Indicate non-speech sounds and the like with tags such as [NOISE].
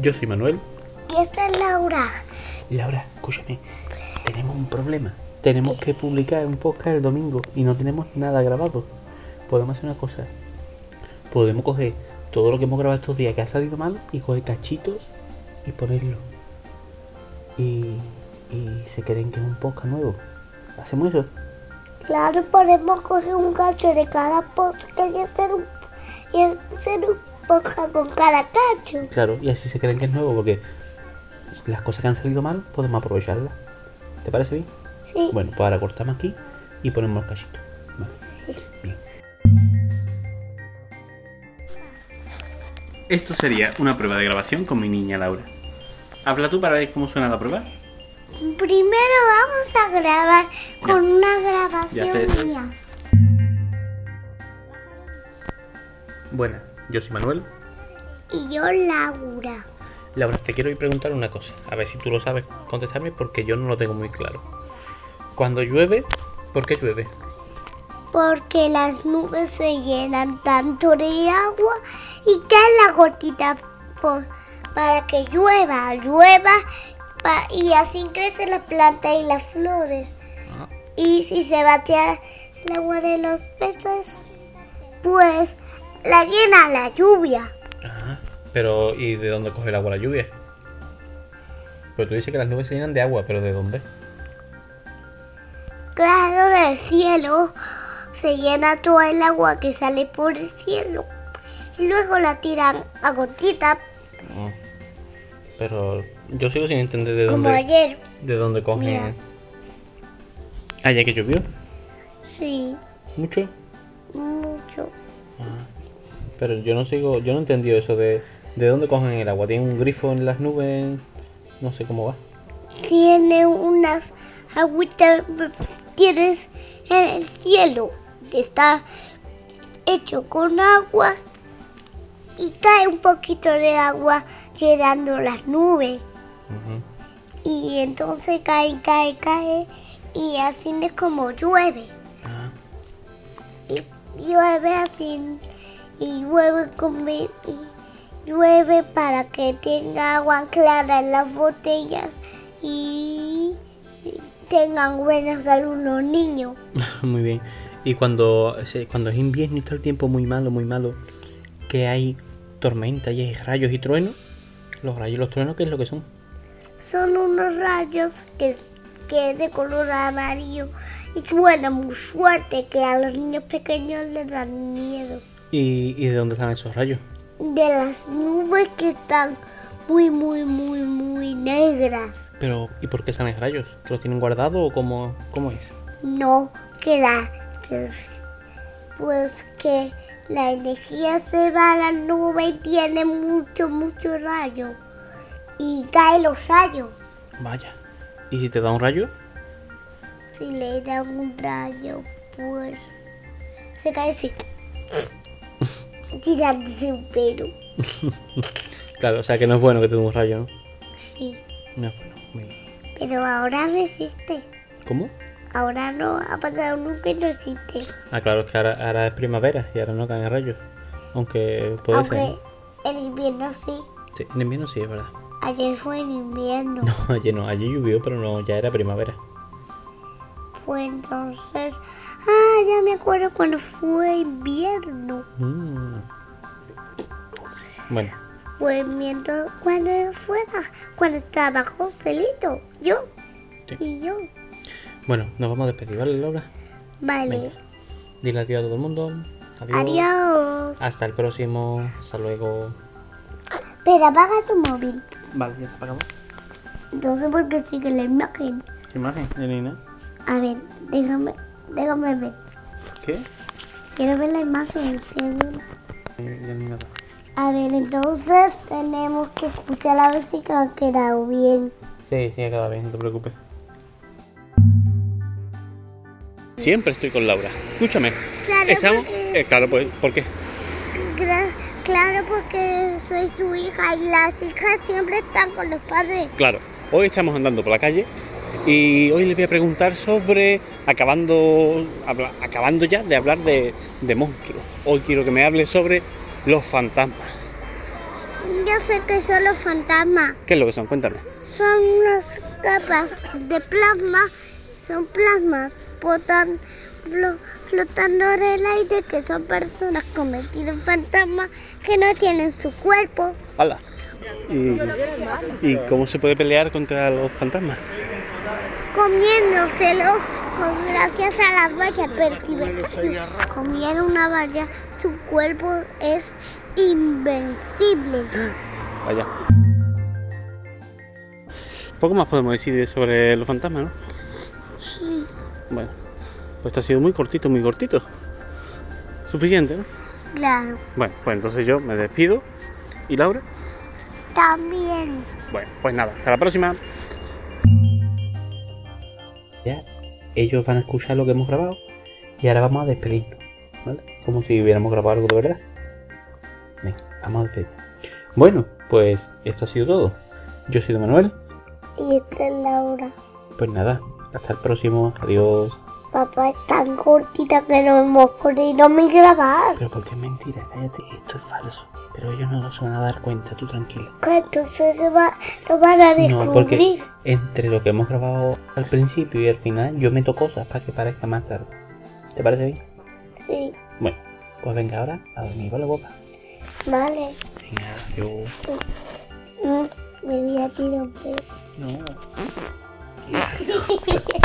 Yo soy Manuel. Y esta es Laura. Y ahora, escúchame, tenemos un problema. Tenemos que publicar un podcast el domingo y no tenemos nada grabado. Podemos hacer una cosa. Podemos coger todo lo que hemos grabado estos días que ha salido mal y coger cachitos y ponerlo. Y, y se creen que es un podcast nuevo. Hacemos eso. Claro, podemos coger un cacho de cada post que hay que hacer un, y hacer un podcast con cada cacho. Claro, y así se creen que es nuevo porque las cosas que han salido mal podemos aprovecharlas. ¿Te parece bien? Sí. Bueno, pues ahora cortamos aquí y ponemos el cachito. Vale. Bien. Esto sería una prueba de grabación con mi niña Laura. Habla tú para ver cómo suena la prueba. Primero vamos a grabar con una grabación Ya te- mía. Buenas, yo soy Manuel. Y yo Laura. Laura, te quiero preguntar una cosa, a ver si tú lo sabes contestarme porque yo no lo tengo muy claro. Cuando llueve, ¿por qué llueve? Porque las nubes se llenan tanto de agua y cae la gotita por- para que llueva, llueva pa- y así crece la planta y las flores. Ah. Y si se batea el agua de los peces, pues la llena la lluvia. Ajá. Pero, ¿y de dónde coge el agua la lluvia? Pues tú dices que las nubes se llenan de agua, pero ¿de dónde? Claro, en el cielo se llena todo el agua que sale por el cielo y luego la tiran a gotita Mm. Pero yo sigo sin entender de como dónde, ayer. de dónde coge. Mira. Ah, ya que llovió. Sí. Mucho. Mucho. Pero yo no sigo, yo no he entendido eso de, de dónde cogen el agua. ¿Tienen un grifo en las nubes? No sé cómo va. Tiene unas agüitas, tienes en el cielo. Está hecho con agua y cae un poquito de agua llenando las nubes. Ujú. Y entonces cae, cae, cae y así es como llueve. Ah, [LAUGHS] Y llueve así y llueve con y llueve para que tenga agua clara en las botellas y y tengan buena salud los niños. Muy bien. Y cuando, se- cuando es invierno y está el tiempo muy malo, muy malo, que hay tormenta y hay rayos y truenos, los rayos y los truenos, ¿qué es lo que son? Son unos rayos que, es- que es de color amarillo y suena muy fuerte que a los niños pequeños les dan miedo. ¿Y, y de dónde están esos rayos? De las nubes que están muy, muy, muy, muy negras. Pero, ¿y por qué salen rayos? ¿Que los tienen guardado o cómo, cómo es? No, que la. que- Pues que la energía se va a la nube y tiene mucho, mucho rayo. Y caen los rayos. Vaya. ¿Y si te da un rayo? [LAUGHS] Si le dan un rayo, pues. Se cae así. [LAUGHS] Tirándose un pelo. Claro, o sea que no es bueno que te dé un rayo, ¿no? Sí. No es bueno. Muy bien. Pero ahora resiste. ¿Cómo? Ahora no, ha pasado nunca y no existe. Ah, claro, es que ahora, ahora es primavera y ahora no caen rayos. Aunque puede ser. Aunque ¿no? en invierno sí. Sí, en invierno sí, es verdad. Ayer fue en invierno. [LAUGHS] No, ayer no, ayer llovió, pero no, ya era primavera. Pues entonces, ah, ya me acuerdo cuando fue invierno. Mm. Bueno, Fue invierno cuando fuera, cuando estaba Joselito, yo Sí. y yo. bueno, nos vamos a despedir, ¿vale, Laura? Vale, Dile adiós a todo el mundo. Adiós. Ah. adiós. Hasta el próximo. Hasta luego. Pero apaga tu móvil. Vale, ya apagamos. Entonces, porque sigue la imagen. ¿Qué imagen, Elena? A ver, déjame, déjame ver. ¿Qué? Quiero ver la imagen. sí, Elena. Elena. A ver, entonces tenemos que escuchar la música ha quedado bien. Sí, sí, acaba bien, no te preocupes. Siempre estoy con Laura. Escúchame. Claro, Estamos. porque- eh, claro, pues, ¿por qué? Gra- Claro, porque soy su hija y las hijas siempre están con los padres. Claro, hoy estamos andando por la calle y hoy les voy a preguntar sobre acabando, habla- acabando ya de hablar de, de monstruos. Hoy quiero que me hable sobre los fantasmas. Yo sé que son los fantasmas. ¿Qué es lo que son? Cuéntame. Son unas capas de plasma. Son plasmas botan- flo- flotando en el aire que son personas convertidas en fantasmas que no tienen su cuerpo. ¡Hala! ¿Y, y cómo se puede pelear contra los fantasmas? comiéndoselos con gracias a las vallas, pero si ve- comiera una valla, su cuerpo es invencible. Vaya. Poco más podemos decir sobre los fantasmas, ¿no? Sí, Bueno, pues esto ha sido muy cortito, muy cortito. Suficiente, ¿no? claro. Bueno, pues entonces yo me despido. ¿Y Laura? También. Bueno, pues nada, hasta la próxima. Ya, ellos van a escuchar lo que hemos grabado y ahora vamos a despedirnos, ¿vale? Como si hubiéramos grabado algo de verdad. Venga, vamos a despedirnos. Bueno, pues esto ha sido todo. Yo soy Manuel. Y esta es Laura. Pues nada, hasta el próximo. Adiós. Papá es tan cortita que no hemos podido ni grabar. Pero porque es mentira, cállate, esto es falso. Pero ellos no se van a dar cuenta, tú tranquila. Que entonces se va, lo van a No, porque descubrir. entre lo que hemos grabado al principio y al final, yo meto cosas para que parezca más tarde. ¿Te parece bien? Sí, Bueno, pues venga ahora a dormir con la boca. vale. Venga, yo. Mm, Me voy a tirar un pelo. No.